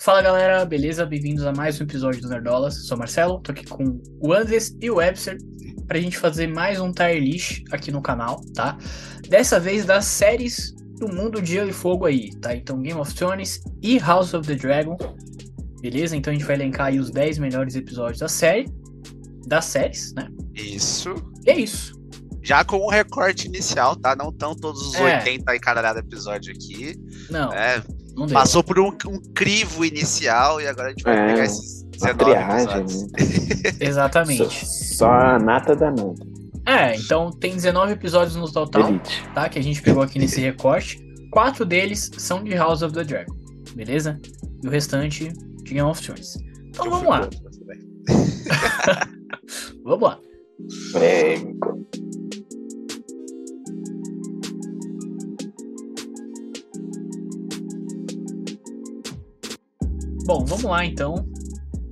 Fala galera, beleza? Bem-vindos a mais um episódio do Nerdolas. Sou o Marcelo, tô aqui com o Andres e o Webster pra gente fazer mais um tier list aqui no canal, tá? Dessa vez das séries do mundo de Gelo e Fogo aí, tá? Então Game of Thrones e House of the Dragon, beleza? Então a gente vai elencar aí os 10 melhores episódios da série, das séries, né? Isso. E é isso. Já com o recorte inicial, tá? Não estão todos os É. 80 e caralhada episódio aqui. Não, né? não deu. Passou por um, um crivo inicial e agora a gente vai É, pegar esses A 19 triagem, episódios. né? Só, Exatamente. só a nata da nata. É, então tem 19 episódios no total. Elite. tá? Que a gente pegou aqui nesse recorte. Quatro deles são de House of the Dragon, beleza? E o restante de Game of Thrones. Então Eu vamos fui lá, contra, tudo bem. vamos lá. é, Prêmio. Bom, vamos lá então.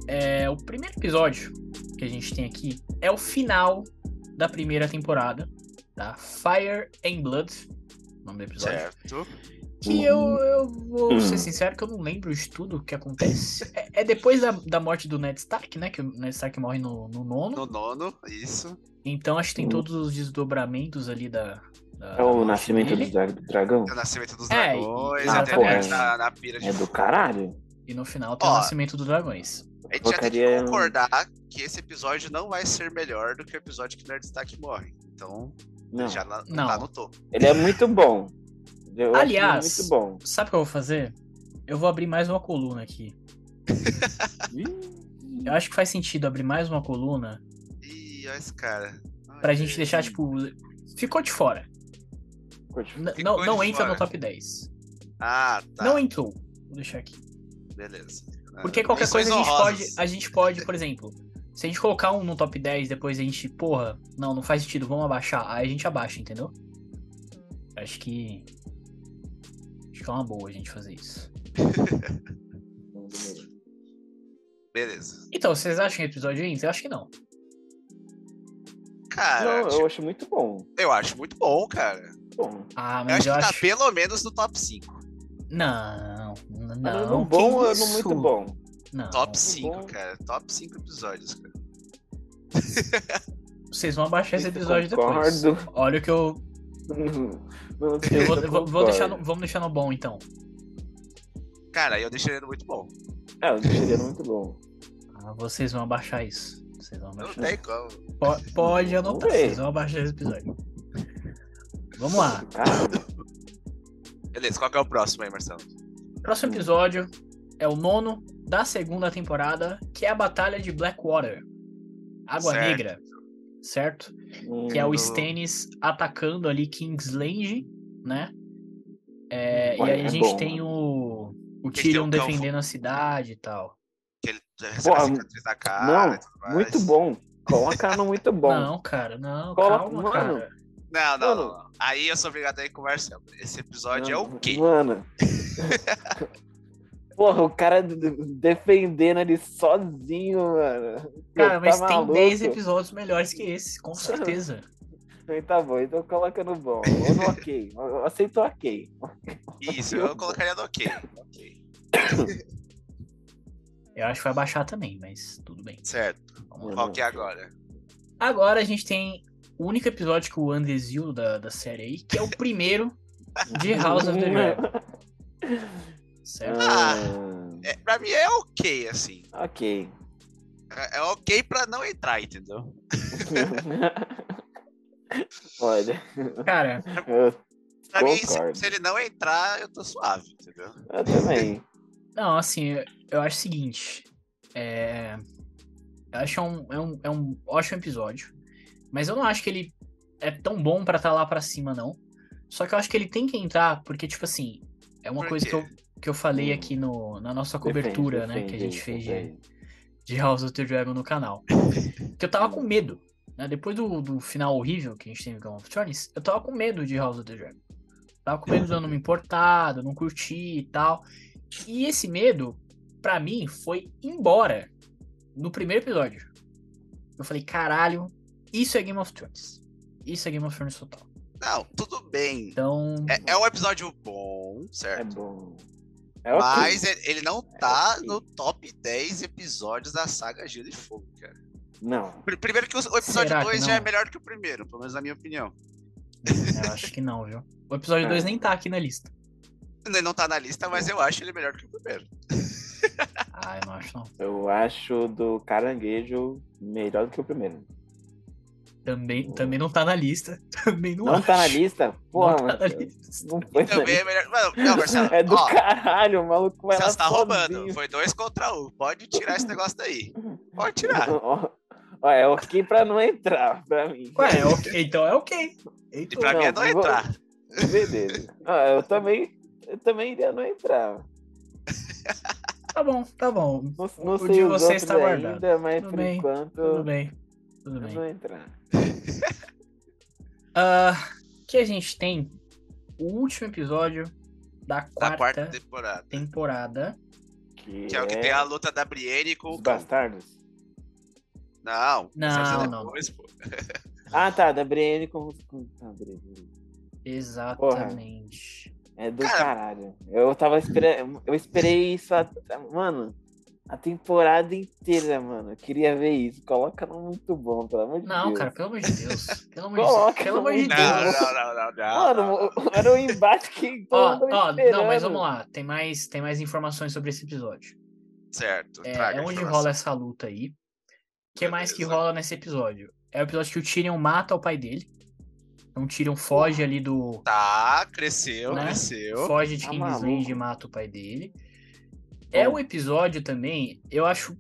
É, o primeiro episódio que a gente tem aqui é o final da primeira temporada, tá? Fire and Blood, o nome do episódio. Certo. Que eu, eu vou Hum. ser sincero que eu não lembro de tudo que acontece. É, é depois da, da morte do Ned Stark, né? Que o Ned Stark morre no, no nono. No nono, isso. Então acho que tem Uhum. todos os desdobramentos ali da. da- É o nascimento dele. do dra- do dragão? Tem o nascimento dos É, dragões, e- a internet exatamente. na, na pira de Ah, É do caralho. E no final tem o Ó. nascimento dos dragões. A gente já tem que Porcaria. concordar que esse episódio não vai ser melhor do que o episódio que o Nerd Destaque morre. Então, Não. já na- Não. tá no topo. Ele é muito bom. Eu acho ele Aliás. muito bom. Sabe o que eu vou fazer? Eu vou abrir mais uma coluna aqui. Eu acho que faz sentido abrir mais uma coluna Ih, olha esse cara. Ai, pra gente velho. deixar, tipo. Ficou de fora. N- Ficou não não de entra fora. no top 10. Ah, tá. Não entrou. Vou deixar aqui. Beleza. Porque Ah, qualquer menções coisa a gente, pode, honrosas. a gente pode, por exemplo, se a gente colocar um no top 10, depois a gente, porra, não, não faz sentido, vamos abaixar. Aí a gente abaixa, entendeu? Acho que. Acho que é uma boa a gente fazer isso. Beleza. Então, vocês acham que o episódio entra? Eu acho que não. Cara, Não, tipo, eu acho muito bom. eu acho muito bom, cara. Bom. Ah, Eu mas acho eu que acho. tá pelo menos no top 5. Não, n- Era não. no que bom, era no isso? muito bom. Não. Top 5, bom. cara. Top 5 episódios, cara. Vocês vão abaixar esse Isso eu episódio depois. concordo. Olha o que eu. Não, não sei eu se vou, eu vou- vou deixar no, concordo. vamos deixar no bom, então. Cara, eu deixaria ele muito bom. É, eu deixaria ele muito bom. Ah, vocês vão abaixar isso. Vocês vão Não abaixar. tem como. Po- Pode anotar, Vamos ver. vocês vão abaixar esse episódio. Vamos lá. Caralho. Beleza, qual que é o próximo aí, Marcelo? Próximo episódio é o nono da segunda temporada, que é a Batalha de Blackwater. Água Certo. Negra. Certo? Que é o Hum. Stannis atacando ali Kingsland, né? É, e Olha, aí a é gente bom, tem o, o Tem que ter Tyrion um calvo. defendendo a cidade e tal. Que ele já recebe a Porra, cicatriz na cara Não, e tudo mais. muito bom. Coloca no muito bom. Não, cara, não, Coloca- calma, mano, cara. Não, não, Mano. não. Aí eu sou obrigado a ir com o Marcelo. Esse episódio é o quê? Mano. Porra, o cara d- d- defendendo ele sozinho, mano. Cara, Pô, mas tá tem maluco? 10 episódios melhores que esse, com certeza. Então Tá bom, então coloca no bom. Ou no ok. Eu eu aceito o ok. Isso, eu colocaria no ok. Ok. Eu acho que vai baixar também, mas tudo bem. Certo. Vamos lá. Qual que é agora? Agora a gente tem o único episódio que o Anders viu da, da série aí, que é o primeiro de House of the Dragon, certo? Ah, É, pra mim é ok, assim. ok. É, é ok pra não entrar, entendeu? Olha, Cara, eu, Pra mim, se, Concordo. se ele não entrar, eu tô suave, entendeu? eu também. não, assim, eu acho o seguinte. É. Eu acho um, é um, é um ótimo episódio. Mas eu não acho que ele é tão bom pra estar lá pra cima, não. Só que eu acho que ele tem que entrar, porque, tipo assim, é uma Por coisa que eu, quê? que eu falei Hum. aqui no, na nossa Defende, cobertura, né? que a defende, gente fez de, defende. de House of the Dragon no canal. Que eu tava com medo. Né? Depois do, do final horrível que a gente teve com Game of Thrones, eu tava com medo de House of the Dragon. Tava com medo de eu não me importar, de eu não curtir e tal. E esse medo, pra mim, foi embora no primeiro episódio. Eu falei, caralho, isso é Game of Thrones. Isso é Game of Thrones total. Não, tudo bem. Então, É, é um episódio bom, É certo? bom. É ok. Mas ele ele É não tá ok. no top 10 episódios da saga Gelo e Fogo, cara. Não. Pr- Primeiro que o o episódio Será que 2 já é não? melhor que o primeiro, pelo menos na minha opinião. Eu acho que não, viu? O episódio É. 2 nem tá aqui na lista. Ele não tá na lista, mas eu acho ele melhor que o primeiro. Ah, eu não acho não. Eu acho o do caranguejo melhor do que o primeiro. Também, também não tá na lista. Também não, Não, acho. tá na lista? Porra, não tá na Marcelo. lista. Não foi na Também é melhor. Mano, não, Marcelo. É do ó, caralho, o maluco vai lá Você tá roubando. sozinho. Foi dois contra um. Pode tirar esse negócio daí. Pode tirar. Ó, ó, é ok pra não entrar, pra mim. Ué, é ok. Então é ok. E Então, pra mim é não Não, vou- entrar. Beleza. Ah, eu também, eu também iria não entrar. Tá bom, tá bom. Não, não O sei de os você outros está guardado. ainda, mas Tudo por bem, enquanto Tudo bem. Tudo eu bem. não entrar. Ah, que a gente tem o último episódio da quarta, Na quarta temporada. temporada. Que, Que é o que tem a luta da Brienne com Os o Cão. bastardos? Não. Não, isso é não. depois, pô. Ah, tá, da Brienne com... com... Tá, Brienne. Exatamente. É do Cara- caralho. Eu tava esperando. Eu esperei isso. A... Mano, a temporada inteira, mano. Eu queria ver isso. Coloca no muito bom, pelo amor de Não, Deus. cara, pelo amor de Deus. Pelo amor de Deus. Coloca Pelo amor de no- Não, Deus. não, não, não, não. Mano, não. o- era um embate que. todo Ó, mundo tava ó, não, mas esperando. vamos lá. Tem mais, tem mais informações sobre esse episódio. Certo. É, traga é a onde informação. rola essa luta aí. O que mais que Beleza. rola nesse episódio? É o episódio que o Tyrion mata o pai dele. Então o Tyrion foge ali do. Tá, cresceu, Né? cresceu. Foge de Tá King's maluco. Landing e mata o pai dele. É Bom. o episódio também, eu acho.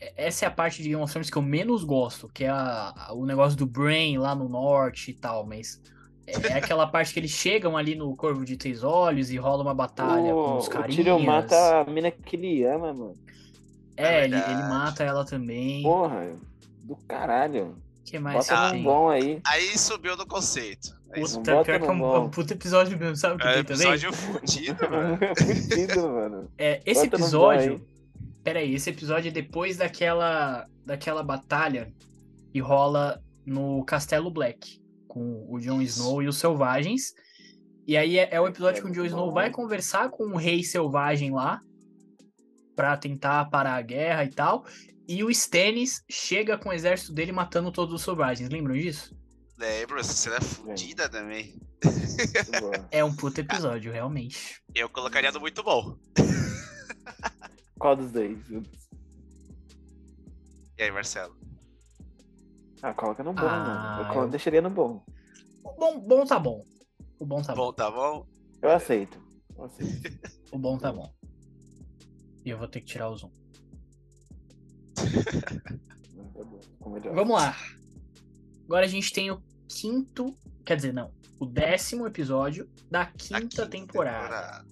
é- Essa é a parte de Game of Thrones que eu menos gosto, que é a- a- o negócio do Brain lá no norte e tal, mas. É é aquela parte que eles chegam ali no Corvo de Três Olhos e rola uma batalha com O, os o carinhas. Tyrion mata a mina que ele ama, mano. É, ele, Verdade. ele mata ela também. O Porra, do caralho. que mais Bota que num tem? bom aí. Aí subiu no conceito. Aí Os- subiu. Puta, bota pior que é no um, bom. é um puto episódio mesmo, sabe o que É tem também? episódio fudido, mano. Fudido, mano. É, esse Bota no bom episódio. aí. Peraí, esse episódio é depois daquela, daquela batalha que rola no Castelo Black, com o Jon Isso. Snow e os Selvagens. E aí é, é o episódio que o Jon Castelo Snow Bom. vai conversar com o Rei Selvagem lá, pra tentar parar a guerra e tal. E o Stannis chega com o exército dele matando todos os Selvagens, lembram disso? Lembro, essa cena é fudida também. Muito bom. É um puto episódio, realmente. Eu colocaria no muito bom. Qual dos dois? E aí, Marcelo? Ah, coloca no bom, Ah, mano. Eu eu- colo- deixaria no bom. O bom, bom tá bom. O bom tá bom. Bom, tá bom? Eu aceito. Eu aceito. O bom tá bom. E eu vou ter que tirar o zoom. Tá bom, Ficou melhor. Vamos lá. Agora a gente tem o quinto. Quer dizer, não. O décimo episódio da A quinta, temporada,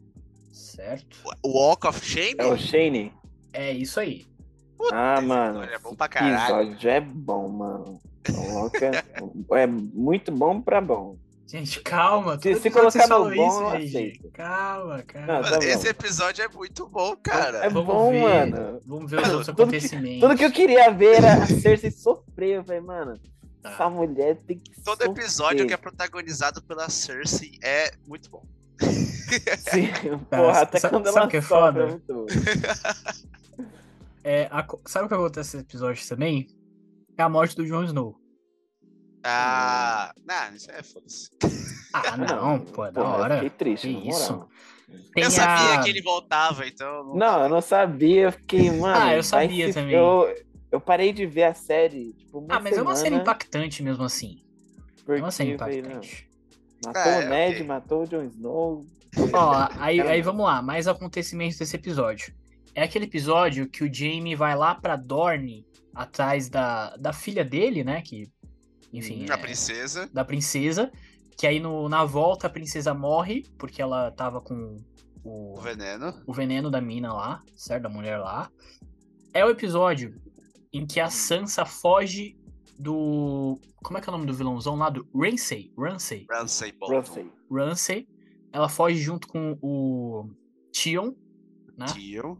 Certo? temporada. Walk of Shame? É o Shane? É isso aí. Puta, Ah, esse mano. episódio é bom esse pra caralho. episódio é bom, mano. Coloca. é muito bom pra bom. Gente, calma. Se- todo se episódio colocar vocês falam no bom, eu isso, gente. aceito. Calma, cara. Não, Mano, tá bom. esse episódio é muito bom, cara. É Vamos bom, ver. mano. Vamos ver os outros Tudo que- acontecimentos. Tudo que eu queria ver era a Cersei sofrer. Eu falei, mano, essa mulher tem que Ah. Todo sofrer. episódio que é protagonizado pela Cersei é muito bom. Sim, Tá, porra, até sabe- quando sabe ela o que é sofre, foda? é muito bom. É, a co- Sabe o que acontece nesse episódio também? É a morte do Jon Snow. Ah, Hum. não, isso é foda-se. Ah, não, pô, é da porra, eu hora. Fiquei triste, Que na isso? moral. Tem Eu sabia a- que ele voltava, então. não- Não, eu não sabia, eu fiquei, mano. Ah, eu vai sabia se- também. Eu, eu parei de ver a série, tipo, uma Ah, mas é uma série semana, impactante mesmo assim. É porque né? uma série eu falei, não, impactante. Matou Ah, é, o Ned, ok. matou o Jon Snow. Ó, aí, Caramba. aí vamos lá, mais acontecimentos desse episódio. É aquele episódio que o Jamie vai lá pra Dorne, atrás da, da filha dele, né? Que, enfim, A é, princesa. da princesa. Que aí no, na volta a princesa morre, porque ela tava com o, O veneno. o veneno da mina lá, certo? Da mulher lá. É o episódio em que a Sansa foge do. Como é que é o nome do vilãozão lá? Do Ramsay. Ramsay. Ramsay Bolton. Ramsay. Ramsay. Ela foge junto com o Tion. né? Tyrion.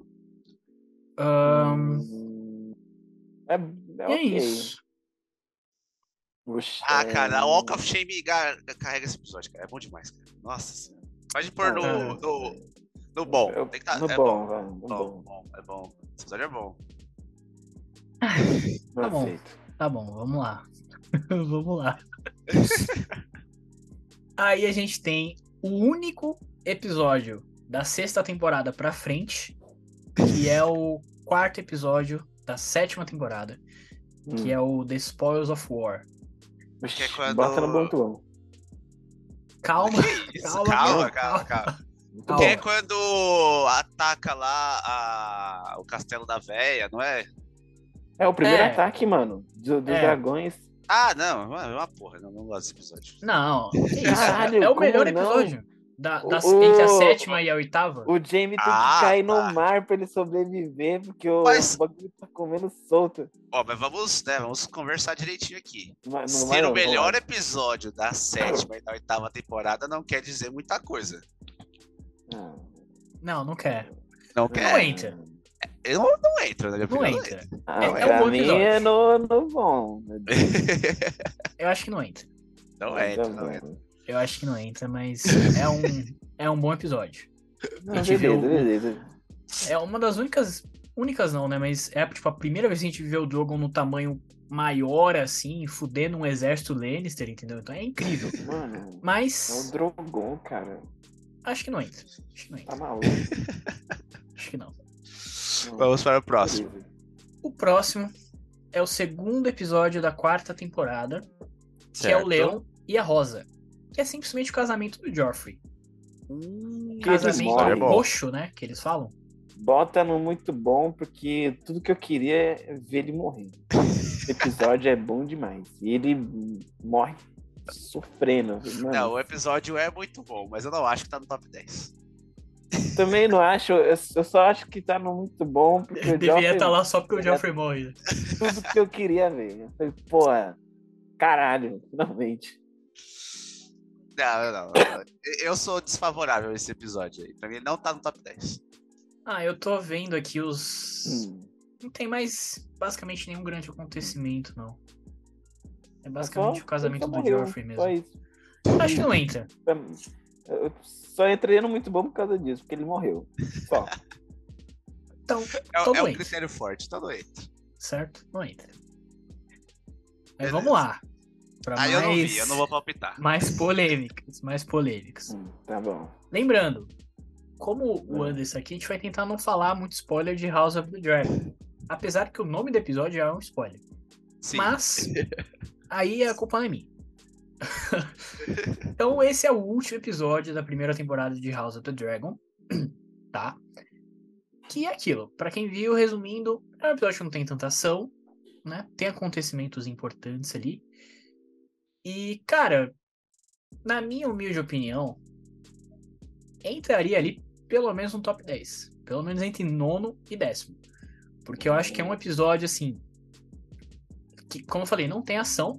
Ahn, É, e é, É, ok. isso. Puxa, Ah, é, cara, a Walk of Shame ga- carrega esse episódio, cara. É bom demais, cara. Nossa senhora. Pode pôr cara, no, no, No bom. Ah, Eu- Tem que tá, no é bom, bom. velho, no bom, bom, É bom. Esse episódio é bom. Tá bom. é, Perfeito. Tá bom, vamos lá. vamos lá. Aí a gente tem o único episódio da sexta temporada pra frente, que é o quarto episódio da sétima temporada, Hum, que é o The Spoils of War. Oxi, que é quando- Bota no bom tuão. Calma, Isso, calma, calma, calma. calma, calma. Muito Calma. Que bom. é quando ataca lá a- o castelo da véia, não é? É o primeiro É. ataque, mano, do- dos É. dragões. Ah, não, é uma- é uma porra, não, não gosto desse episódio. não. que isso, Caralho, é o como melhor não? episódio. Da, das- Ô, entre a ô. sétima e a oitava. O Jamie tem Ah, que cair tá. no mar pra ele sobreviver, porque o Mas- bagulho tá comendo solto. Ó, mas vamos, né, vamos conversar direitinho aqui. No mar- no mar Ser não, o no melhor mar. episódio da sétima e da oitava temporada não quer dizer muita coisa. Ah, Não, não quer. Não Não quer? entra. É, Eu não, não entra, né? minha Não opinião, entra. Ah, É- é um pra bom mim episódio. é no, no bom. É meu Deus. Eu acho que não entra. Não tá entra, não entra. Não, Eu acho que não entra, mas é um, é um bom episódio. A gente beleza, viu- beleza. É uma das únicas. Únicas não, né? Mas é tipo a primeira vez que a gente vê o Drogon no tamanho maior, assim, fudendo um exército Lannister, entendeu? Então é incrível. Mano, é o Mas Drogon, cara. acho que não entra. Acho que não entra. Tá maluco. Acho que não. Vamos para o próximo. Beleza. O próximo é o segundo episódio da quarta temporada, que é o Certo. Leão e a Rosa. Que é simplesmente o casamento do Joffrey. Hum, Que eles Casamento morrem. é bom. roxo, né? Que eles falam. Bota no muito bom, porque tudo que eu queria é ver ele morrer. Esse episódio é bom demais. E ele morre sofrendo. Mano, Não, o episódio é muito bom, mas eu não acho que tá no top 10. Também não acho, eu eu só acho que tá no muito bom, porque o Deveria Joffrey estar tá lá só porque o Ele é- Joffrey morre. né? tudo que eu queria ver. Eu falei, porra, caralho, finalmente. Não, não, não. Eu sou desfavorável a esse episódio aí. Pra mim, ele não tá no top 10. Ah, eu tô vendo aqui os. Hum. Não tem mais basicamente nenhum grande acontecimento, não. É Mas basicamente só- o casamento só do morreu, Joffrey mesmo. Só isso. Acho que não entra. Eu só entrei no muito bom por causa disso, porque ele morreu. Só. Então, É, Tô é um doente. critério forte, tá doente. certo? Não entra. Mas Beleza. vamos lá. Pra Aí Tá mais, eu não vi, eu não vou palpitar. mais polêmicas. Mais polêmicas. Hum, tá bom. Lembrando, como o Hum. Anderson aqui, a gente vai tentar não falar muito spoiler de House of the Dragon. Apesar que o nome do episódio já é um spoiler. Sim. Mas aí a culpa não é minha. então esse é o último episódio da primeira temporada de House of the Dragon, tá? Que é aquilo. Pra quem viu, resumindo, é um episódio que não tem tanta ação, né? Tem acontecimentos importantes ali. E cara, na minha humilde opinião, entraria ali pelo menos no top 10. Pelo menos entre nono e décimo. Porque eu acho que é um episódio assim. Que, como eu falei, não tem ação.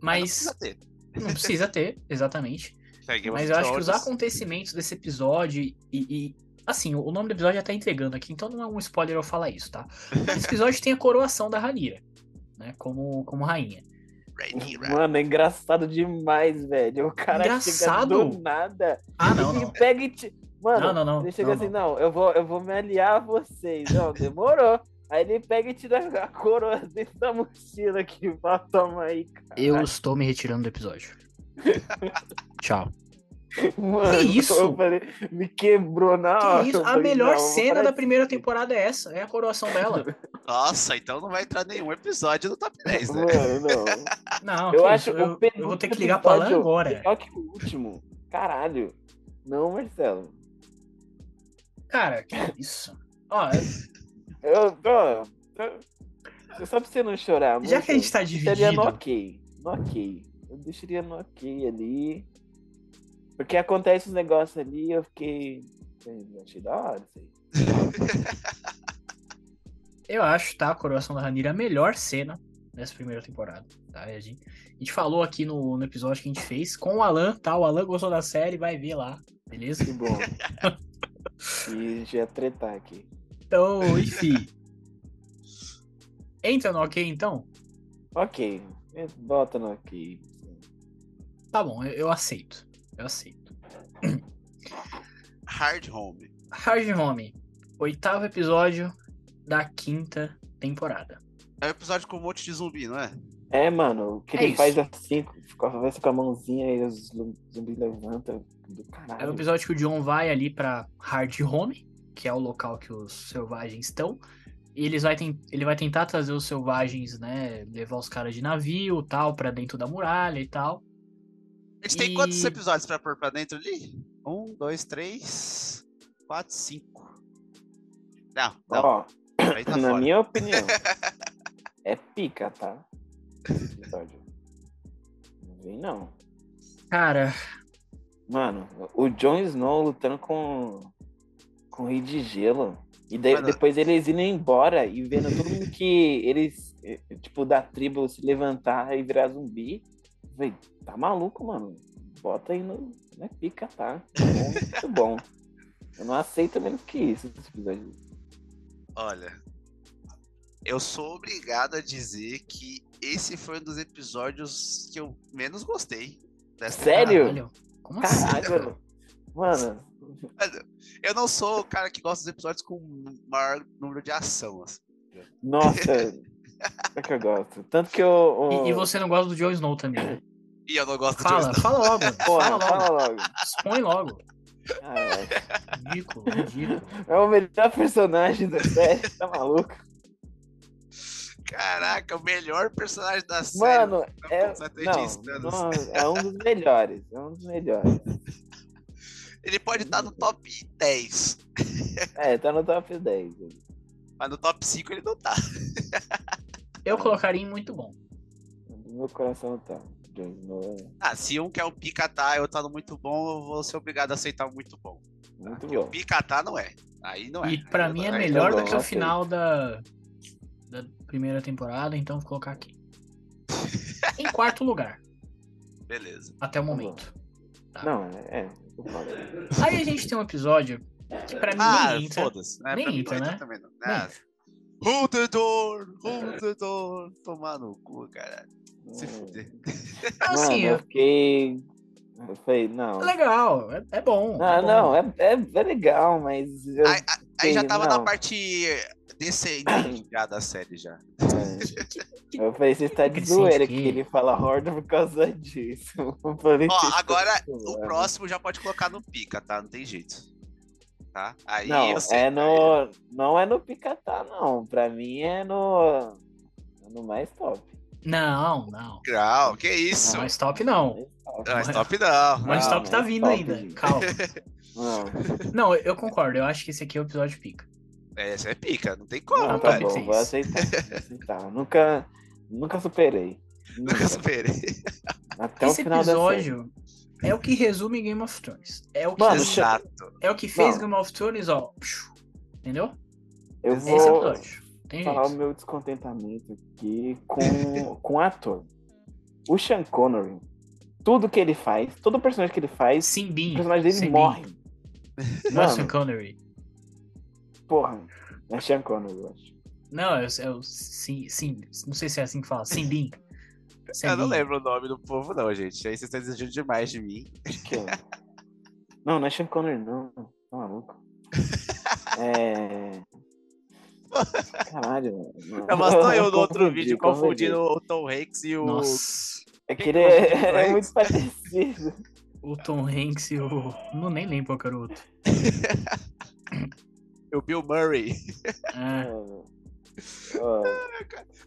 Mas Ah, Não precisa ter. não precisa ter, exatamente. É Game of Mas eu acho que os Thrones. acontecimentos desse episódio e. e- assim, o nome do episódio já tá entregando aqui, então não é um spoiler eu falar isso, tá? Mas esse episódio tem a coroação da Ranira, né? Como, como rainha. Rhaenyra. Mano, é engraçado demais, velho. O cara chega Engraçado? do nada. Ah, não, ele não. pega e te. Mano, Não, não, não. ele chega não, assim, não. não. eu, vou, eu vou me aliar a vocês. Não, demorou. Aí ele pega e tira a coroa dentro da mochila aqui. Fala, toma aí, cara. Eu estou me retirando do episódio. Tchau. Mano, isso? eu falei, me quebrou na hora. Que isso? Ah, Eu A falei, não, melhor eu vou cena parar da de- primeira temporada é essa, é a coroação dela. Nossa, então não vai entrar nenhum episódio no top 10, né? Mano, não. Não, Eu que acho isso, o eu, eu penúltimo vou ter que ligar pra Lan episódio agora. Pior que o último. Caralho. Não, Marcelo. Cara, que isso. Ó, Eu tô. tô- Só pra você não chorar, já muito, que a gente tá eu deixaria no dividido, ok. No ok. Eu deixaria no ok ali. Porque acontece os negócios ali, eu fiquei. eu Achei da hora isso aí. eu acho, tá? A coroação da Ranira a melhor cena dessa primeira temporada. Tá? A, gente, a gente falou aqui no, no episódio que a gente fez com o Alan, tá? O Alan gostou da série, vai ver lá, beleza? Que bom. e a gente ia tretar aqui. Então, enfim. Entra no ok, então? Ok. Bota no ok. Tá bom, eu, eu aceito. Eu aceito. Hard Home. Hard Home, oitavo episódio da quinta temporada. É um episódio com um monte de zumbi, não é? É, mano, o que É ele isso. faz assim, conversa com a mãozinha e os lu- zumbi levanta do É o caralho. episódio que o John vai ali pra Hard Home, que é o local que os selvagens estão. E eles vai ten- ele vai tentar trazer os selvagens, né? Levar os caras de navio tal, pra dentro da muralha e tal. A gente tem E- quantos episódios pra pôr pra dentro ali? Um, dois, três, quatro, cinco. Não, não, Ó, aí tá na fora. minha opinião, é pica, tá? Esse episódio. Não vem, não. Cara, Mano, o Jon Snow lutando com com o Rei de Gelo. E daí- Mano. depois eles indo embora e vendo todo mundo que eles, eh, tipo, da tribo se levantar e virar zumbi. Véi, tá maluco, mano. Bota aí no. Né, pica, tá? Muito bom. Eu não aceito menos que isso esse episódio. Olha, eu sou obrigado a dizer que esse foi um dos episódios que eu menos gostei. dessa Sério? caralho, como assim? Caralho, cara? mano. Mano, temporada. Eu não sou o cara que gosta dos episódios com maior número de ação. assim. nossa. É que eu gosto. Tanto que eu. eu- E, e você não gosta do Jon Snow também, né? E eu não gosto de Fala, fala logo, fala Porra, logo, fala logo. expõe logo. Caralho. Ridículo, ridículo. É o melhor personagem da série, tá maluco? Caraca, o melhor personagem da série. Mano, Tá é. completamente Não, não, é um dos melhores. É um dos melhores. Ele pode estar no top 10, É, tá no top 10. mas no top 5 ele não tá. Eu colocaria em muito bom. No meu coração tá. Jon Snow é Ah, se um quer o Picatá e o tá no muito bom, eu vou ser obrigado a aceitar o muito bom. Muito E o bom. Picatá não é. Aí não é. E Então pra mim é Aí- melhor bom, do que o aceito. final da, da primeira temporada, então vou colocar aqui. em quarto lugar, é. Beleza. até o momento. Tá Não, é. é, concordo. Aí a gente tem um episódio que pra mim Ah, nem entra. foda-se. né? nem Pra mim entra, não né? também não. Nem Ah, Hold the door! Hold the door! Tomar no cu, cara. Se Hum. fuder. Ah, Então, Mano, assim, eu fiquei. Eu falei, não. é legal, é, é bom. Ah, é bom. não, é, é, é legal, mas. eu- Ai, Aí já Sim, tava na não. parte descendente já da série já. Eu falei, você tá de Crescente zoeira que que- ele fala horda por causa disso. Eu falei, Ó, "Vocês agora estão de O zoeira." próximo já pode colocar no pica, tá? Não tem jeito. Tá? Aí Não, eu sei. é no, não é no Picatá, não. Pra mim é no. é no mais top. Não, não. Grau, que isso? Não, stop não. Mais Não, stop top. não. Mas Ah, Não, stop tá mas vindo stop, ainda. gente. Calma. Não, Não, eu- eu concordo. Eu acho que esse aqui é o episódio pica. É, Essa é pica, não tem não, como, Ah, tá velho. bom. bom, vou aceitar. Vou aceitar. Nunca, nunca superei. Nunca superei. Até esse o final episódio é o que resume Game of Thrones. É o que, Mano, Exato. é o que fez não. Game of Thrones, ó. psiu, Entendeu? da série. Eu É esse vou episódio. Tem falar o jeito. meu descontentamento aqui com, com o ator. O Sean Connery, tudo que ele faz, todo personagem que ele faz, o Simbin. personagem dele Simbin. morre. é Nossa, Mano. é Connery. Porra, é Sean Connery, eu acho. Não, é, o- é o Sim, Sim. Não sei se é assim que fala. Simbin. Eu não Simbin. lembro o nome do povo, não, gente. Aí vocês estão exigindo demais de mim. Acho que é. Não, não é Sean Connery, não. Tá maluco? É. Caralho. mano. Não, mas tô eu no outro Confundi, vídeo confundi. confundindo o Tom Hanks e o. Nossa. É que ele é, Quem que é confundiu muito parecido. O Tom Hanks e o. Não nem lembro qual que era o outro. o Bill Murray. Ah, Mano. Ó,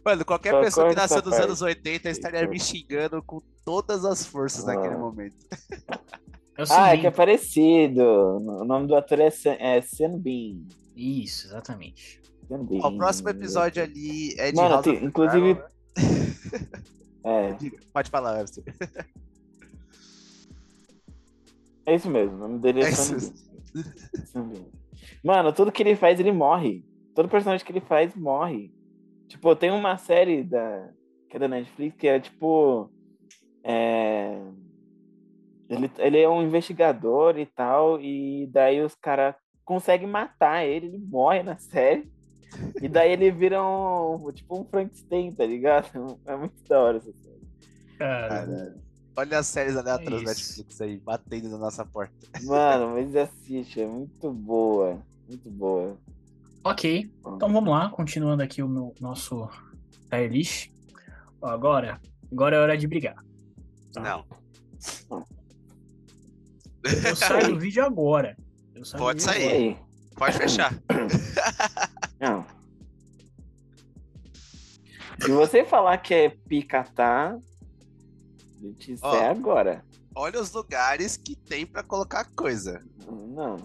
Mano, qualquer Só pessoa que corta nasceu é essa nos parte. anos 80 estaria me xingando com todas as forças naquele Ah. momento. é o Ah, é que é Simbin. parecido. O nome do ator é Sen, é Sen Bean. Isso, exatamente. Sen Bean. Ó, o próximo episódio ali é de. Mano, House tem- of inclusive- Cards, É, né? Pode falar, Anderson. é isso mesmo. O nome dele é, É Sam isso. Bean. Sam Bean. Mano, tudo que ele faz, ele morre. Todo personagem que ele faz, morre. Tipo, tem uma série da, que é da Netflix que é tipo. é, Ele, ele é um investigador e tal, e daí os caras conseguem matar ele, ele morre na série. E daí ele vira um. Tipo um Frankenstein, tá ligado? É muito da hora essa série. Cara, Caralho. Olha as séries aleatórias da isso. Netflix aí, batendo na nossa porta. Mano, mas assiste, é muito boa. Muito boa. Ok, então vamos lá, continuando aqui o meu, nosso tier list. Ó, Agora, agora é hora de brigar. Tá. Não, Eu saio do vídeo agora. Eu saio do Pode vídeo sair. E aí? pode fechar. Não. Se você falar que é picatá, a gente Ó. encerra agora. Olha os lugares que tem pra colocar coisa. Não.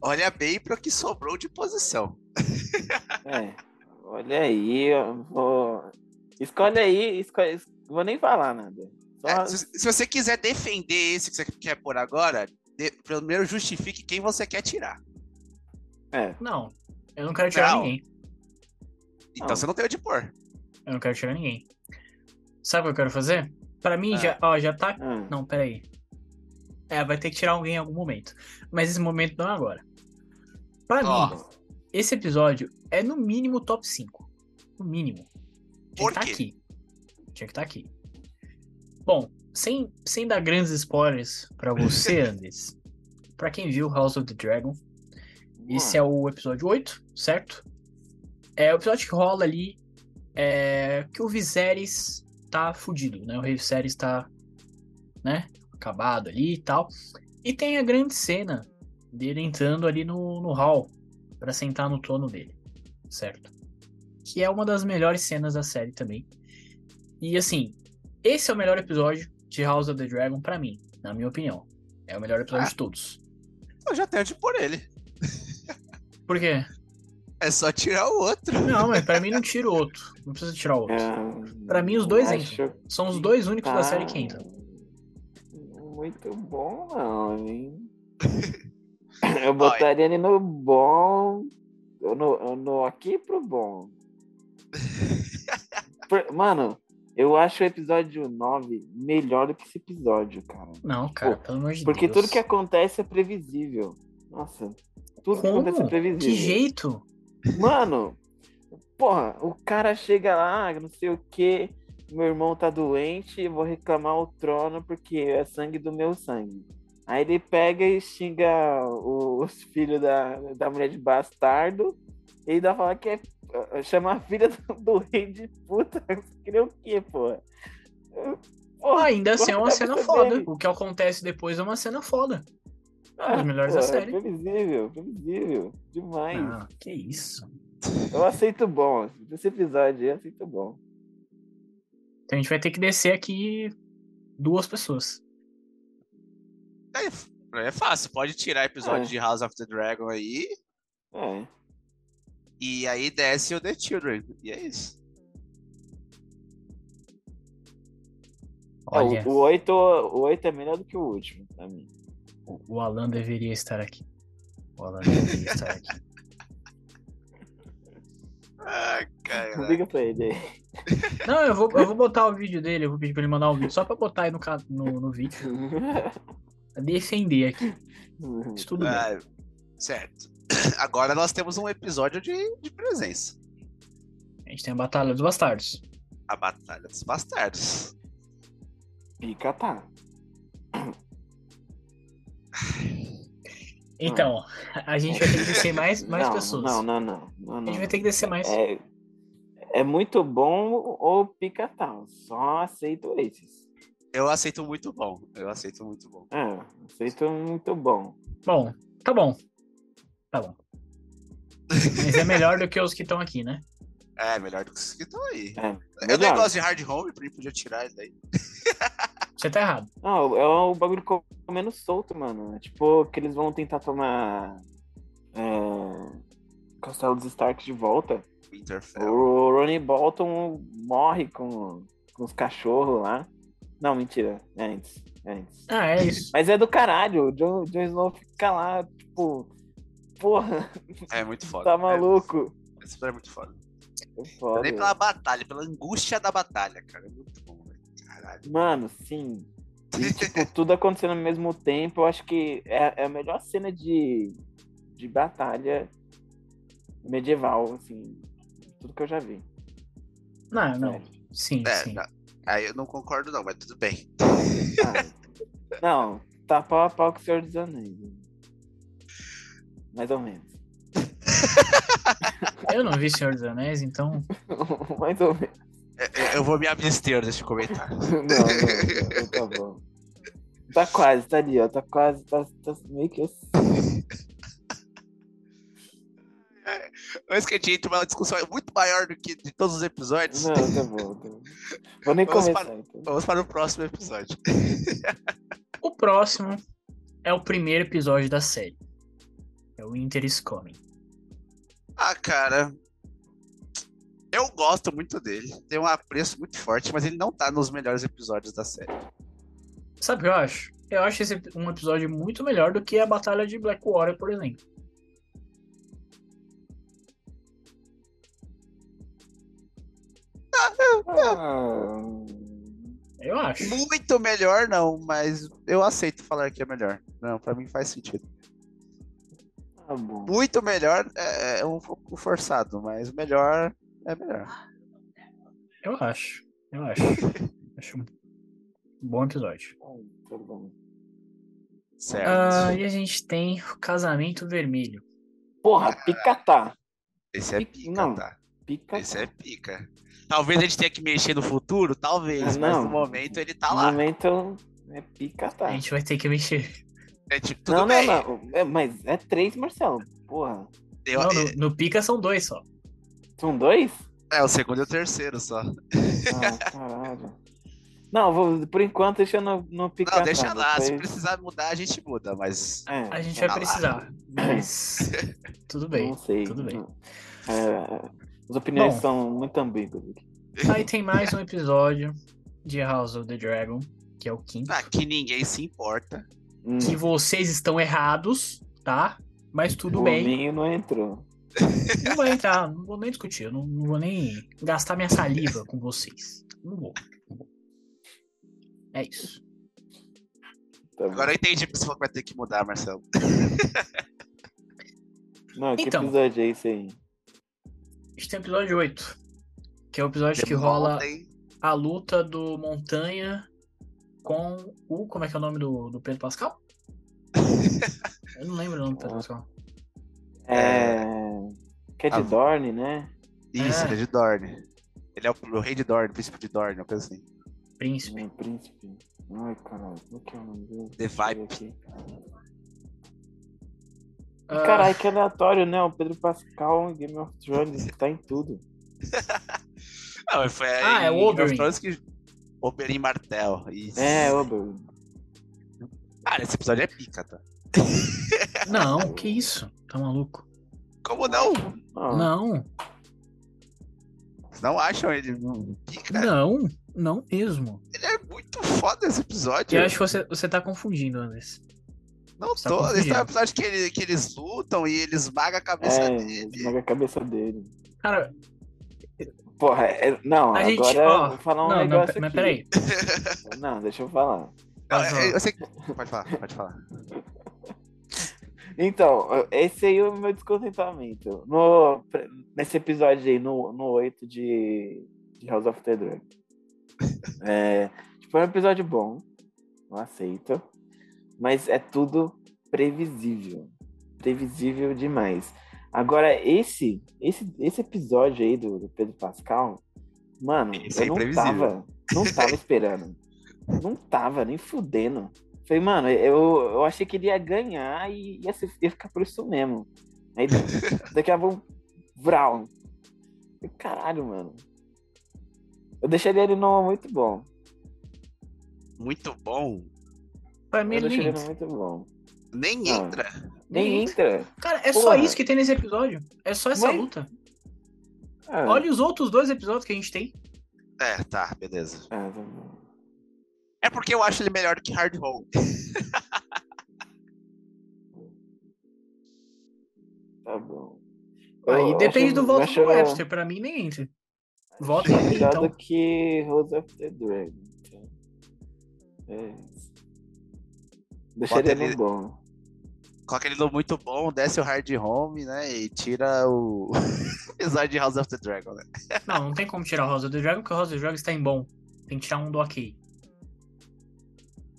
Olha bem pra que sobrou de posição. É. Olha aí, eu vou. Escolhe aí, escolhe. es- Vou nem falar nada. Só... É, se, se você quiser defender esse que você quer pôr agora, de- primeiro justifique quem você quer tirar. É. Não, eu não quero tirar Não. ninguém. Então Não. você não tem onde pôr. Eu não quero tirar ninguém. Sabe o que eu quero fazer? Pra mim, Ah. já, ó, já tá. Ah, Não, peraí. É, vai ter que tirar alguém em algum momento. Mas esse momento não é agora. Pra Ó. mim, esse episódio é no mínimo top 5. No mínimo. Tinha Por que tá quê? aqui. Tinha que tá aqui. Bom, sem, sem dar grandes spoilers pra você, Andres. pra quem viu House of the Dragon, esse é o episódio 8, certo? É o episódio que rola ali é, que o Viserys tá fudido, né? O rei Viserys tá, né, acabado ali e tal. E tem a grande cena dele entrando ali no, no hall pra sentar no trono dele, certo? Que é uma das melhores cenas da série também. E assim, esse é o melhor episódio de House of the Dragon pra mim, na minha opinião. É o melhor episódio Ah. de todos. Eu já tenho onde pôr ele. Por quê? É só tirar o outro. Não, mas pra mim não tira outro. Não precisa tirar outro. Ah, Pra mim, os dois acho entram. São os dois únicos da tá série que entram. Muito bom, não, hein? Eu botaria ele no bom. eu No, eu no aqui pro bom. Por- Mano, eu acho o episódio 9 melhor do que esse episódio, cara. Não, cara, Pô, pelo amor de Porque Deus. tudo que acontece é previsível. Nossa, tudo que Como? acontece é previsível. Que jeito? Mano, porra, o cara chega lá, ah, não sei o que, meu irmão tá doente, eu vou reclamar o trono porque é sangue do meu sangue. Aí ele pega e xinga o- os filhos da, da mulher de bastardo e ainda fala que é. chama a filha do, do rei de puta. Queria o quê, porra? Ah, ainda assim é uma corta a cena cabeça foda. dele. É, O que acontece depois é uma cena foda. uma das melhores da Porra, série. Previsível, previsível. Demais. é Ah, que isso. Eu aceito bom. Esse episódio aí eu aceito bom. Então a gente vai ter que descer aqui duas pessoas. Aí, pra mim é fácil, pode tirar episódio É. de House of the Dragon aí. É. E aí desce o The Children. E é isso. Ah, Olha, O, o, 8, o 8 é melhor do que o último, pra mim. o, o Alan deveria estar aqui. O Alan deveria estar aqui. Ai, Não cara. liga pra ele aí. Não, eu vou, eu vou botar o vídeo dele, eu vou pedir pra ele mandar um vídeo, só pra botar aí no, ca- no, no vídeo. Pra defender aqui. Isso tudo bem. Ai, Ah, certo. Agora nós temos um episódio de, de presença. A gente tem a Batalha dos Bastardos. A Batalha dos Bastardos. Pica tá. Então, a gente vai ter que descer mais, mais não, pessoas. Não, não, não. não, A não. gente vai ter que descer mais. É, é muito bom ou pica tá. Só aceito esses. Eu aceito muito bom. Eu aceito muito bom. É, aceito muito bom. Bom, tá bom. Tá bom. Mas é melhor do que os que estão aqui, né? É, melhor do que os que estão aí. É, Eu nem melhor. gosto de Hard Home, pra mim podia tirar ele daí. Você tá errado. Não, é o bagulho comendo solto, mano. É Tipo, que eles vão tentar tomar. É, Castelo dos Stark de volta. Winterfell. O Ronnie Bolton morre com, com os cachorros lá. Não, mentira. É antes. É antes. Ah, é isso. Mas é do caralho. O Jon, Jon Snow fica lá, tipo. Porra, É muito foda. tá maluco. É, esse episódio é muito foda. É foda. Nem pela batalha, pela angústia da batalha, cara. É muito bom, velho. Caralho. Mano, sim. E, tipo, tudo acontecendo ao mesmo tempo. Eu acho que é, é a melhor cena de, de batalha medieval, assim. Tudo que eu já vi. Ah, Não, não. Sim, É, sim. na- Aí eu não concordo, não, mas tudo bem. Ah, não, tá pau a pau com o Senhor dos Anéis. né? Mais ou menos. Eu não vi Senhor dos Anéis, então. Mais ou menos. Eu- Eu vou me abster desse comentário. Não, não, não, tá bom. Tá quase, tá ali, ó. Tá quase, tá, tá meio que assim. Mas que a gente tem uma discussão muito maior do que de todos os episódios. Não, tá bom, tá bom. Vou nem Vamos começar, então. Vamos para o próximo episódio. O próximo é o primeiro episódio da série. É o Winter is Coming. Ah, cara. Eu gosto muito dele. Tem um apreço muito forte, mas ele não tá nos melhores episódios da série. Sabe o que eu acho? Eu acho esse um episódio muito melhor do que a Batalha de Blackwater, por exemplo. Ah, Eu acho. Muito melhor, não, mas eu aceito falar que é melhor. Não, pra mim faz sentido. tá bom. Muito melhor é, é um pouco forçado, mas melhor é melhor. Eu acho. Eu acho. acho um bom episódio. Ah, Tá bom. Certo. Ah, e a gente tem o Casamento Vermelho. Porra, picatá. Esse é e- pica, não. tá? Picatá. Esse é pica. Talvez a gente tenha que mexer no futuro, talvez, Ah, mas não. no momento ele tá No lá. momento é picatá. A gente vai ter que mexer. É, tipo, tudo Não, não, bem. não. É, mas é três, Marcelo. Porra. Eu- Não, no, no Pica são dois só. São dois? É, o segundo e o terceiro só. Ah, caralho. Não, vou, por enquanto deixa no, no picatá. Não, deixa lá. Se depois- precisar mudar, a gente muda, mas. É, A gente tá vai precisar. Mas. Tudo bem. Não sei. tudo bem. não. É, as opiniões Bom. são muito ambíguas aqui. Aí tem mais um episódio de House of the Dragon, que é o quinto. Aqui ah, ninguém se importa. Hum, Que vocês estão errados, tá? Mas tudo o bem. Minho não entrou. Não vou entrar, não vou nem discutir. Eu não, não vou nem gastar minha saliva com vocês. Não vou. Não vou. É isso. Tá bom. Agora eu entendi porque você falou que vai ter que mudar, Marcelo. Não, que Então. episódio é esse aí? A gente tem o episódio 8. Que é o episódio que rola Ontem, a luta do Montanha com o. Como é que é o nome do, do Pedro Pascal? Eu não lembro o nome do Pedro Pascal. É... Cat Ah. Dorne, né? Isso, É. ele é de Dorne. Ele é o, o rei de Dorne, o príncipe de Dorne, uma coisa assim. Príncipe. O príncipe. Ai, caralho, como que é o nome dele? The Deixa eu Vibe. ver aqui. Ah, Caralho, que aleatório, né? O Pedro Pascal em Game of Thrones tá em tudo. Não, mas foi Ah, em é o Game of Oberyn. Thrones que. Oberyn Martel. Isso. É, ô, Bruno. Cara, esse episódio é pica, tá? Não, que isso? Tá maluco? Como não? Ó, Não, Vocês não acham ele um É. pica? não, não mesmo. Ele é muito foda esse episódio. Eu acho que você, você tá confundindo, Andrés. Não Tá tô. Esse é confundindo. o episódio que, ele- que eles lutam e ele esmaga a cabeça É, dele. esmaga a cabeça dele. Cara, É Porra, é- não, A agora gente, ó, eu vou falar um não, não, negócio pe- mas aqui. peraí. Não, deixa eu falar. Não, Mas, ó, eu, eu sei que... Pode falar, pode falar. Então, eu- esse aí é o meu descontentamento. No, nesse episódio aí, no, no 8 de, de House of the Dragon. É, tipo, é um episódio bom, eu aceito, mas é tudo previsível. Previsível demais. Agora, esse, esse, esse episódio aí do, do Pedro Pascal, mano, Esse é eu não imprevisível. tava, não tava esperando. não tava, nem fudendo. Falei, mano, eu, eu achei que ele ia ganhar e ia, se- ia ficar por isso mesmo. Aí da- daqui a pouco, Vral. Falei, Caralho, mano. Eu deixaria ele no muito bom. Muito bom. Pra mim Eu ele nem deixaria ele entra. no muito bom. Nem Não. entra. é Nem entra. Cara, é só Porra. isso que tem nesse episódio. É só essa Mas- luta. Ah, Olha os outros dois episódios que a gente tem. É, tá, beleza. ah, tá bom. É porque eu acho ele melhor do que Hard Home. Tá bom. Aí Eu depende acho- do eu voto acho do Webster. Pra mim nem entra. Vota aí, Melhor então. do que Rose of the Dragon. então. É isso. Deixaria ele- no bom. Coloca ele no muito bom, desce o Hard Home, né? E tira o episódio de House of the Dragon, né? Não, não tem como tirar o House of the Dragon, porque o House of the Dragon está em bom. Tem que tirar um do ok.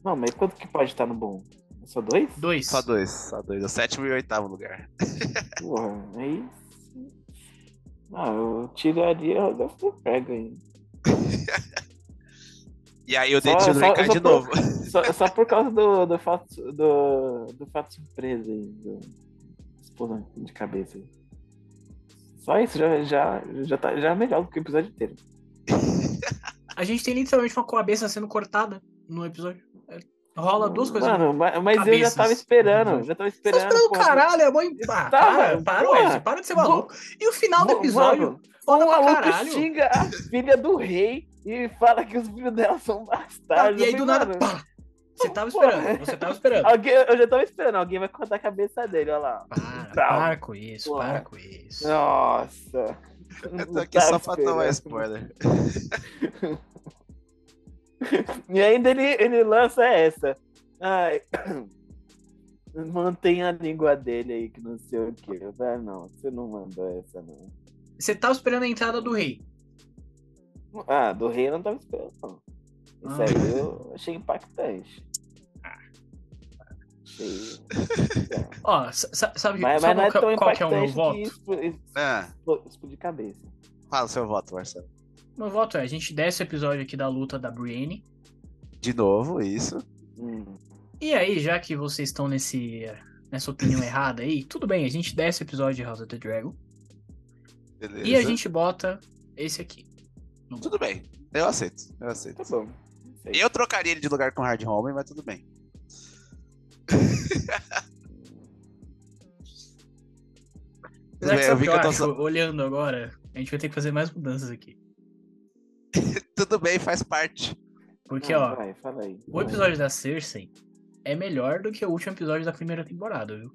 Não, mas quanto que pode estar no bom? Só Tá dois? Dois. Só dois, só dois. É O sétimo e o oitavo lugar. Porra, aí. sim. Ah, eu tiraria o Death do Prego aí. E aí eu Só- deixo o só- Ricardo só de por- novo. Só, só por causa do, do, fato, do, do fato surpresa aí. Do, explosão de cabeça aí. Só isso já, já, já, tá, já é melhor do que o episódio inteiro. A gente tem literalmente uma cabeça sendo cortada no episódio. É, Rola duas coisas. Mano, ma- mas eu já Cabeças. tava esperando. Já tava Você tá esperando. esperando o porra. caralho, é mãe. Ah, Tá, para, mano, para, porra. Wesley, para de ser maluco. E o final do Mo- episódio, mano, foda o pra maluco caralho. xinga a filha do rei e fala que os filhos dela são Tá, bastardos. e aí Eu do falei, nada, mano, pá. Você tava Porra. Ah, esperando, você tava esperando. Alguém, eu já tava esperando, alguém vai cortar a cabeça dele, olha lá. Para, Tá. para com isso, Porra. para com isso. Nossa. Eu tô aqui Tava só pra tomar Tá esperando. spoiler. E ainda ele, ele lança essa. Ai. Mantém a língua dele aí, que não sei o que. Eu falei, ah, não, você não mandou essa, não. Você tava esperando a entrada do rei. Ah, do rei eu não tava esperando, não. Isso Ah. aí eu achei impactante. Achei. Ó, sa- sa- sabe, Mas, mas sabe não é qual, tão qual que é o meu impactante voto? que explo- explo- Ah, explodir cabeça. fala o seu voto, Marcelo. Meu voto é, a gente desce o episódio aqui da luta da Brienne. De novo, isso. Hum. E aí, já que vocês estão nesse, nessa opinião errada aí, tudo bem, a gente desce o episódio de House of the Dragon. Beleza. E a gente bota esse aqui. Tudo bem. Eu aceito, eu aceito. Tá bom. Eu trocaria ele de lugar com Hard Home, mas tudo bem. Tudo Apesar é que bem, é, eu sabe vi o que que eu eu tô acho, só- olhando agora, a gente vai ter que fazer mais mudanças aqui. Tudo bem, faz parte. Porque, Ah, ó, Vai, fala aí. o episódio da Cersei é melhor do que o último episódio da primeira temporada, viu?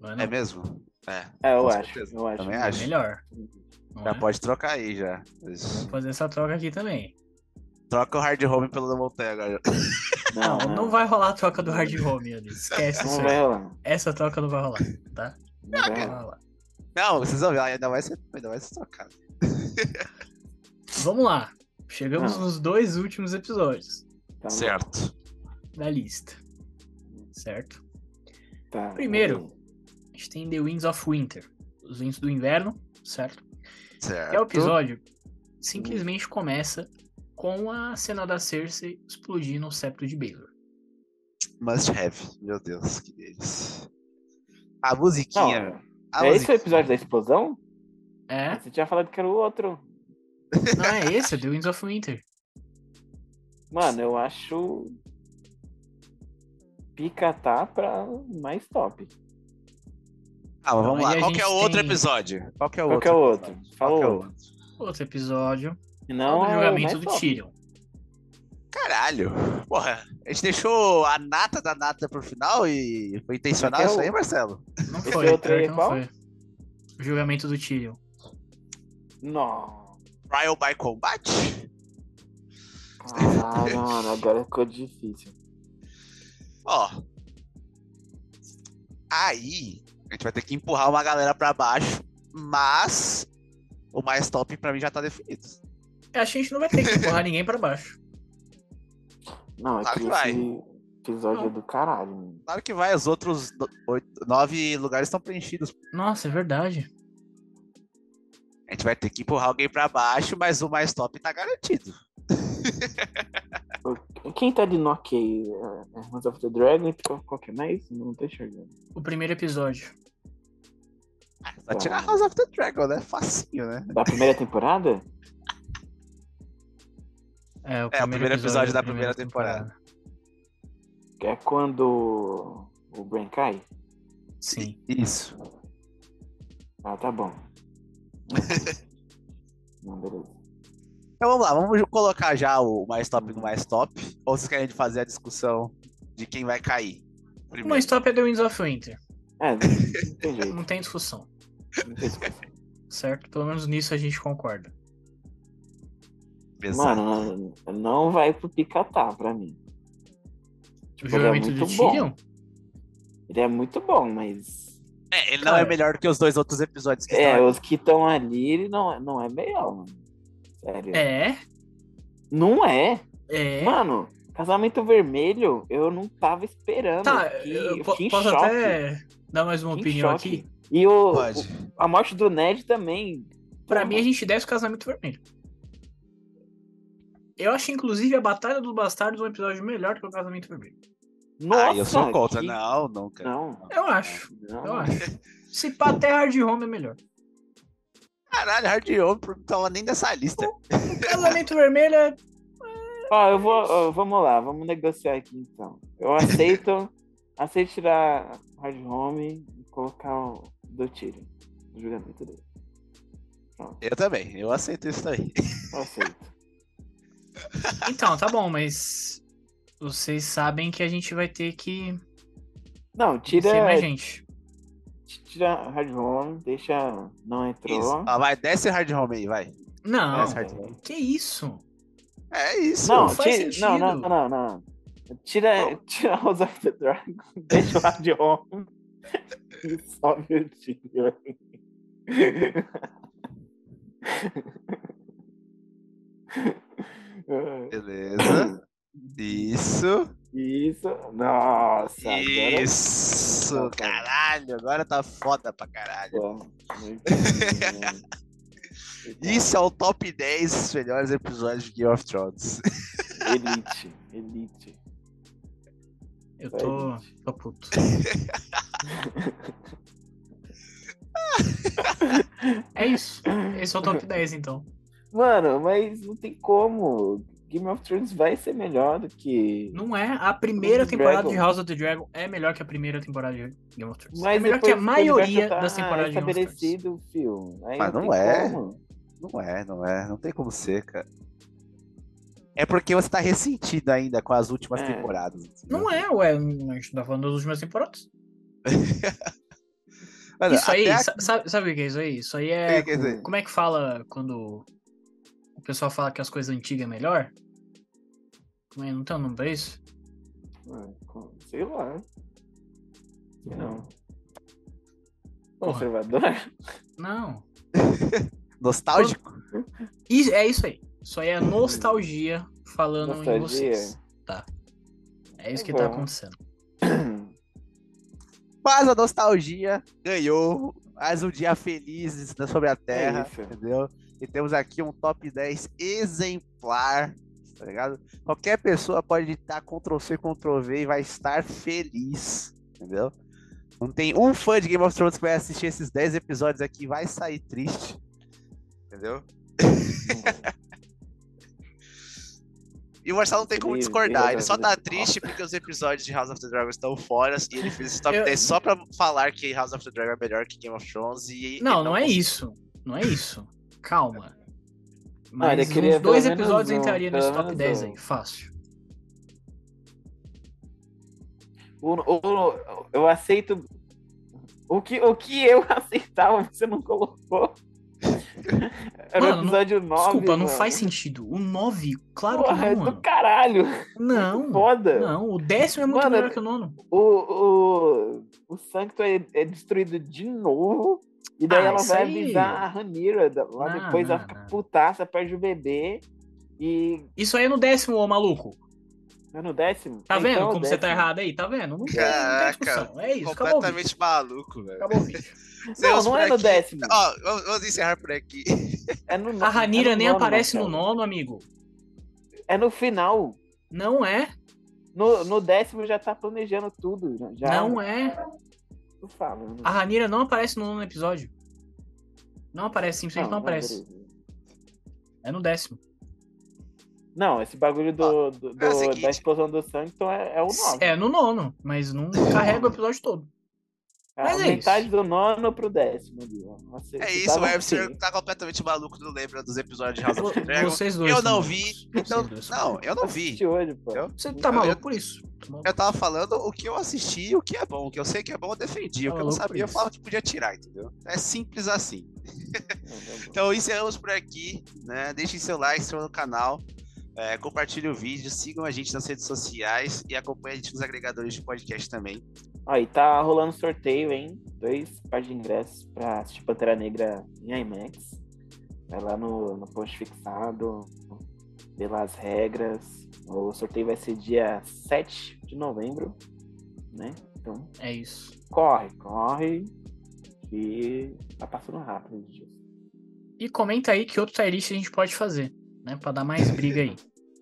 Não é, não? É mesmo? É. É, eu Com acho, certeza. eu acho. Também Eu É acho. melhor. Uhum. Não Tá Já é? pode trocar aí já. Vamos fazer essa troca aqui também. Troca o Hard Home pelo da Montanha agora. Não, não, vai rolar a troca do hard home, Andy. Esquece Não isso vai aí. rolar. Essa troca não vai rolar, tá? Não Ah, Não vai rolar. vai rolar. Não, vocês vão ver, ainda vai ser, ainda vai ser trocado. Vamos lá. Chegamos Não. nos dois últimos episódios Tá, Certo. da lista. Certo? tá. Primeiro. A gente tem The Winds of Winter. Os Winds do Inverno, certo? Certo. Que é o episódio simplesmente começa com a cena da Cersei explodindo o septo de Baelor. Must have. Meu Deus, que deles. A musiquinha. Não, a é esse o musiquinha. episódio da explosão? Ah, É? Você tinha falado que era o outro. Não é esse, é The Winds of Winter. Mano, eu acho. Picatá pra mais top. Ah, mas vamos Então, aí a lá. Qual que é o gente outro tem- episódio? Qual que é o Qual que outro? é o outro? Fala Qual que é o outro. outro? Outro episódio. Não, do é o julgamento mais do top. Tyrion. Caralho. Porra, a gente deixou a nata da nata pro final e foi intencional Qual que é isso o- aí, Marcelo? Não Esse foi, outro pior aí é que não qual? foi. O julgamento do Tyrion. Não. Trial by Combat? Caralho, mano, agora ficou difícil. Ó. Aí, a gente vai ter que empurrar uma galera pra baixo, mas o mais top pra mim já tá definido. Eu É, acho que a gente não vai ter que empurrar ninguém pra baixo. Não, é Claro que que vai. esse episódio é do caralho, mano. Claro que vai, os outros no- oito- nove lugares estão preenchidos. Nossa, é verdade. A gente vai ter que empurrar alguém pra baixo, mas o mais top tá garantido. Quem tá de Nokia aí? É House of the Dragon? Qual, qual que é mais? Não tô enxergando. O primeiro episódio. Só tirar House of the Dragon, né? Facinho, né? Da primeira temporada? É, o É, o primeiro episódio da primeira Que é quando o Bran cai? Sim. Isso. Ah, tá bom. Não, beleza. Então vamos lá, vamos colocar já o mais top no mais top. Ou vocês querem fazer a discussão de quem vai cair? O mais top é The Winds of Winter. É, não tem jeito. Não tem discussão, Não tem discussão. certo? Pelo menos nisso a gente concorda. Exato. Mano, não vai pro Picatá pra mim. O Tipo, ele é julgamento do muito Tyrion? bom. Ele é muito bom, mas. É, ele não Cara. é melhor que os dois outros episódios que É, estão os que estão ali, ele não, é- não é melhor, mano. Sério. É. Não é? É. Mano, Casamento Vermelho, eu não tava esperando. tá, Eu fiquei- eu eu po- fiquei em posso choque, até dar mais uma fiquei em opinião choque. aqui. E o, Pode. o- a morte do Ned também. Pra Como? mim, a gente desce o casamento vermelho. Eu acho, inclusive, a Batalha dos Bastardos um episódio melhor que o Casamento Vermelho. é Nossa, ah, eu sou contra. que- Não, nunca. Não, Eu acho, não. eu acho. Se pá, até Hard Home é melhor. Caralho, Hard Home não tava nem nessa lista. Casamento Vermelho é. Ó, eu vou. ó, vamos lá, vamos negociar aqui então. Eu aceito. aceito tirar Hard Home e colocar o do tiro. O julgamento dele. Eu também, eu aceito isso aí. Eu aceito. Então, tá bom, mas. Vocês sabem que a gente vai ter que Não, tira. ser mais gente. Tira Hard Home, deixa. Não entrou. Isso. Ah, vai, desce Hard Home aí, vai. Não, Desce Hard Home. que isso? É isso. Não, Não faz tira, não, não, sentido. não, não. Tira, tira House of the Dragon, deixa o Hard Home e sobe o tiro. Beleza. Isso. Isso, nossa, agora Isso, caralho, agora tá foda pra caralho. só. Muito bom. Isso é o top 10 melhores episódios de Game of Thrones. Elite, elite. Eu só tô. elite. tô puto. É isso. Esse é o top 10, então. Mano, mas não tem como. Game of Thrones vai ser melhor do que. Não é. A primeira Dragon. temporada de House of the Dragon é melhor que a primeira temporada de Game of Thrones. é Mas melhor que a depois o universo maioria tá das temporadas de Game of Thrones. estabelecido o filme. Aí Mas tem não é. como. Não é, não é, não tem como ser, cara. É porque você tá ressentido ainda com as últimas É. temporadas. Não é, ué. A gente tá falando das últimas temporadas. Mano, Isso aí, até a- sa- sabe, sabe o que é isso aí? Isso aí é. Sim, quer dizer, Como é que fala quando o pessoal fala que as coisas antigas é melhor? Como é? Não tem um nome pra isso? Mano, com- É, Sei lá. Sei não. É. Porra. Conservador? Não. Nostálgico? Isso, é isso aí. Isso aí é nostalgia falando em Nostalgia. vocês. Tá. É isso Tá que tá bom. acontecendo. Mas a nostalgia ganhou mais um dia feliz da- sobre a Terra, isso. entendeu? E temos aqui um top 10 exemplar, tá ligado? Qualquer pessoa pode digitar Ctrl-C, Ctrl-V e vai estar feliz, entendeu? Não tem um fã de Game of Thrones que vai assistir esses 10 episódios aqui e vai sair triste, entendeu? E o Marcelo não tem como Sim, discordar, ele verdade. só tá triste porque os episódios de House of the Dragon estão fora e ele fez esse top Eu- 10 só pra falar que House of the Dragon é melhor que Game of Thrones e. Não, tá ele não é conseguiu. isso. Não é isso. Calma. Olha, Mas eu Ah, queria uns dois pelo menos episódios um, entrariam nesse pelo top menos 10 um. aí. Fácil. O- o- eu aceito. O que, o que eu aceitava, você não colocou. Era Mano, o não- episódio 9. Desculpa, não mano. faz sentido. O 9, claro né? Porra, que é não, do mano. caralho. Não. Foda. Não, o décimo é muito Mano, melhor que o nono. O, o, o Sancto é, é destruído de novo. E daí Ah, ela isso vai aí. avisar a Ranira. da- Lá Não, depois ela não, fica não. putaça, perde o bebê. E. Isso aí é no décimo, ô maluco. É no décimo? Tá Então vendo é o como você tá décimo. errado aí? Tá vendo? Não tem, não tem Caraca, discussão. É isso, acabou o vídeo. Completamente maluco, velho. Acabou o vídeo. Não, Vamos não por é no aqui. décimo. Ó, vamos, vamos encerrar por aqui. É no, A Ranira é no nem nono, aparece no Marcelo. nono, amigo. É no final. Não é, No, no décimo já tá planejando tudo. já- Já, né? não é. Ah, Tô falando. A Ranira não aparece no nono episódio. Não aparece, simplesmente não, aparece. beleza. É no décimo. Não, esse bagulho do, do- do- é o seguinte. da explosão do sangue então é, é o nove. É no nono, mas não carrega o episódio todo. É mas é metade do nono pro décimo. ali, ó. Nossa, É você isso, o tava Webster assim. tá completamente maluco, não lembra dos episódios de House of the Vo- Dragon. Vocês dois. Eu são não malucos. vi, Vocês então. dois são Não, malucos. eu não vi. Assisti hoje, pô. Eu- Você tá eu- maluco por isso. Tá maluco. Eu tava falando o que eu assisti e o que é bom. O que eu sei que é bom, eu defendi. O que eu não Maluco sabia, eu isso. falava que podia tirar, entendeu? É simples assim. Não, tá Então encerramos por aqui, né? Deixem seu like, se inscrevam no canal, é, compartilhe o vídeo, sigam a gente nas redes sociais e acompanhe a gente nos agregadores de podcast também. bom. Ó, e tá rolando sorteio, hein? Dois pares de ingressos pra assistir Pantera Negra em IMAX. Vai lá no, no post fixado. pelas regras. O sorteio vai ser dia 7 de novembro, né? Então, É isso. corre, corre. E tá passando rápido os dias. E comenta aí que outro tier list a gente pode fazer, né? Pra dar mais briga aí.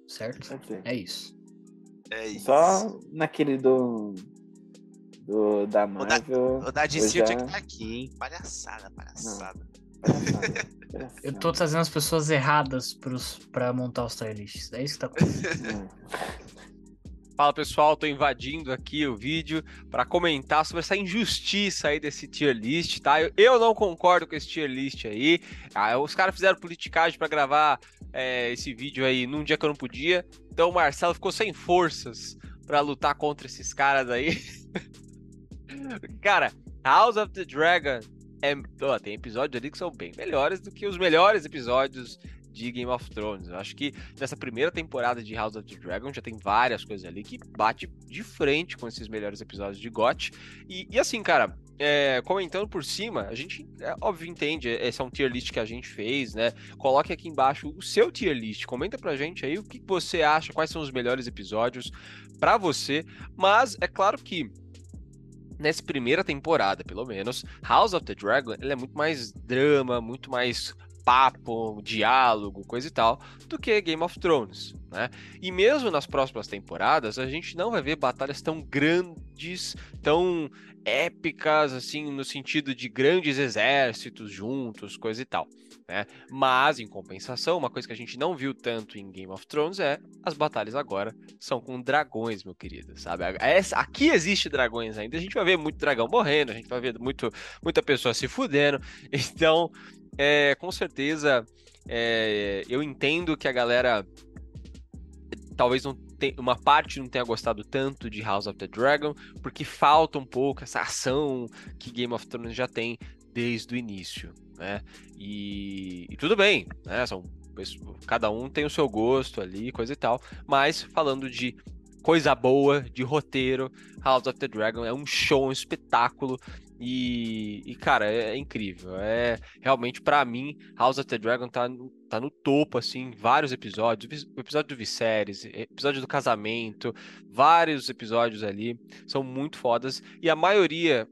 Certo? Pode ser. É isso. É isso. Só naquele do. do da Marvel. O da Eu DC já- tinha que estar aqui, hein? Palhaçada, palhaçada. Eu tô trazendo as pessoas erradas pros, pra montar os tier lists. É isso que tá acontecendo. Fala pessoal, tô invadindo aqui o vídeo para comentar sobre essa injustiça aí desse tier list, tá? Eu, eu não concordo com esse tier list aí. Ah, os caras fizeram politicagem para gravar é, esse vídeo aí num dia que eu não podia. Então o Marcelo ficou sem forças para lutar contra esses caras aí. Cara, House of the Dragon é, ó, tem episódios ali que são bem melhores do que os melhores episódios de Game of Thrones. Eu acho que nessa primeira temporada de House of the Dragon já tem várias coisas ali que bate de frente com esses melhores episódios de GOT. E, e assim, cara, é, comentando por cima, a gente, é, óbvio, entende, esse é um tier list que a gente fez, né? Coloque aqui embaixo o seu tier list, comenta pra gente aí o que você acha, quais são os melhores episódios pra você, mas é claro que nessa primeira temporada, pelo menos, House of the Dragon, ele é muito mais drama, muito mais papo, diálogo, coisa e tal, do que Game of Thrones, né? E mesmo nas próximas temporadas, a gente não vai ver batalhas tão grandes, tão épicas, assim, no sentido de grandes exércitos juntos, coisa e tal, né? Mas, em compensação, uma coisa que a gente não viu tanto em Game of Thrones é as batalhas agora são com dragões, meu querido, sabe? Essa- aqui existe dragões ainda, a gente vai ver muito dragão morrendo, a gente vai ver muito, muita pessoa se fudendo, então, é, com certeza, é, eu entendo que a galera talvez não te- uma parte não tenha gostado tanto de House of the Dragon, porque falta um pouco essa ação que Game of Thrones já tem desde o início, né? E, e tudo bem, né? São pesso- cada um tem o seu gosto ali, coisa e tal. Mas falando de coisa boa, de roteiro, House of the Dragon é um show, um espetáculo. E, e, cara, é, é incrível. É realmente pra mim, House of the Dragon tá, no- tá no topo, assim, vários episódios, vis- o episódio do Viserys, episódio do casamento, vários episódios ali são muito fodas e a maioria,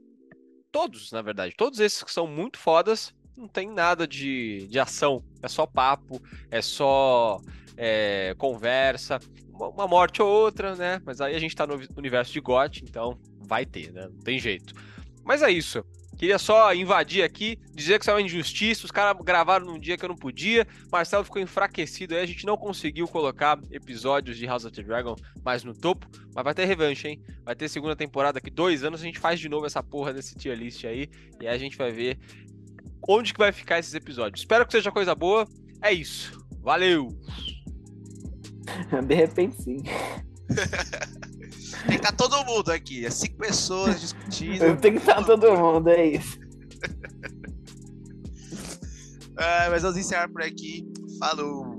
todos, na verdade, todos esses que são muito fodas não tem nada de, de ação, é só papo, é só é, conversa, uma, uma morte ou outra, né? Mas aí a gente tá no universo de GOT, então vai ter, né? Não tem jeito. Mas é isso. Queria só invadir aqui, dizer que isso é uma injustiça, os caras gravaram num dia que eu não podia, Marcelo ficou enfraquecido aí, a gente não conseguiu colocar episódios de House of the Dragon mais no topo, mas vai ter revanche, hein? Vai ter segunda temporada aqui, dois anos, a gente faz de novo essa porra desse tier list aí, e aí a gente vai ver onde que vai ficar esses episódios. Espero que seja coisa boa, é isso. Valeu! né? De repente, sim. Tem que estar todo mundo aqui. É cinco pessoas discutindo. Tem que estar todo mundo, é isso. É, Ah, mas vamos encerrar por aqui. Falou!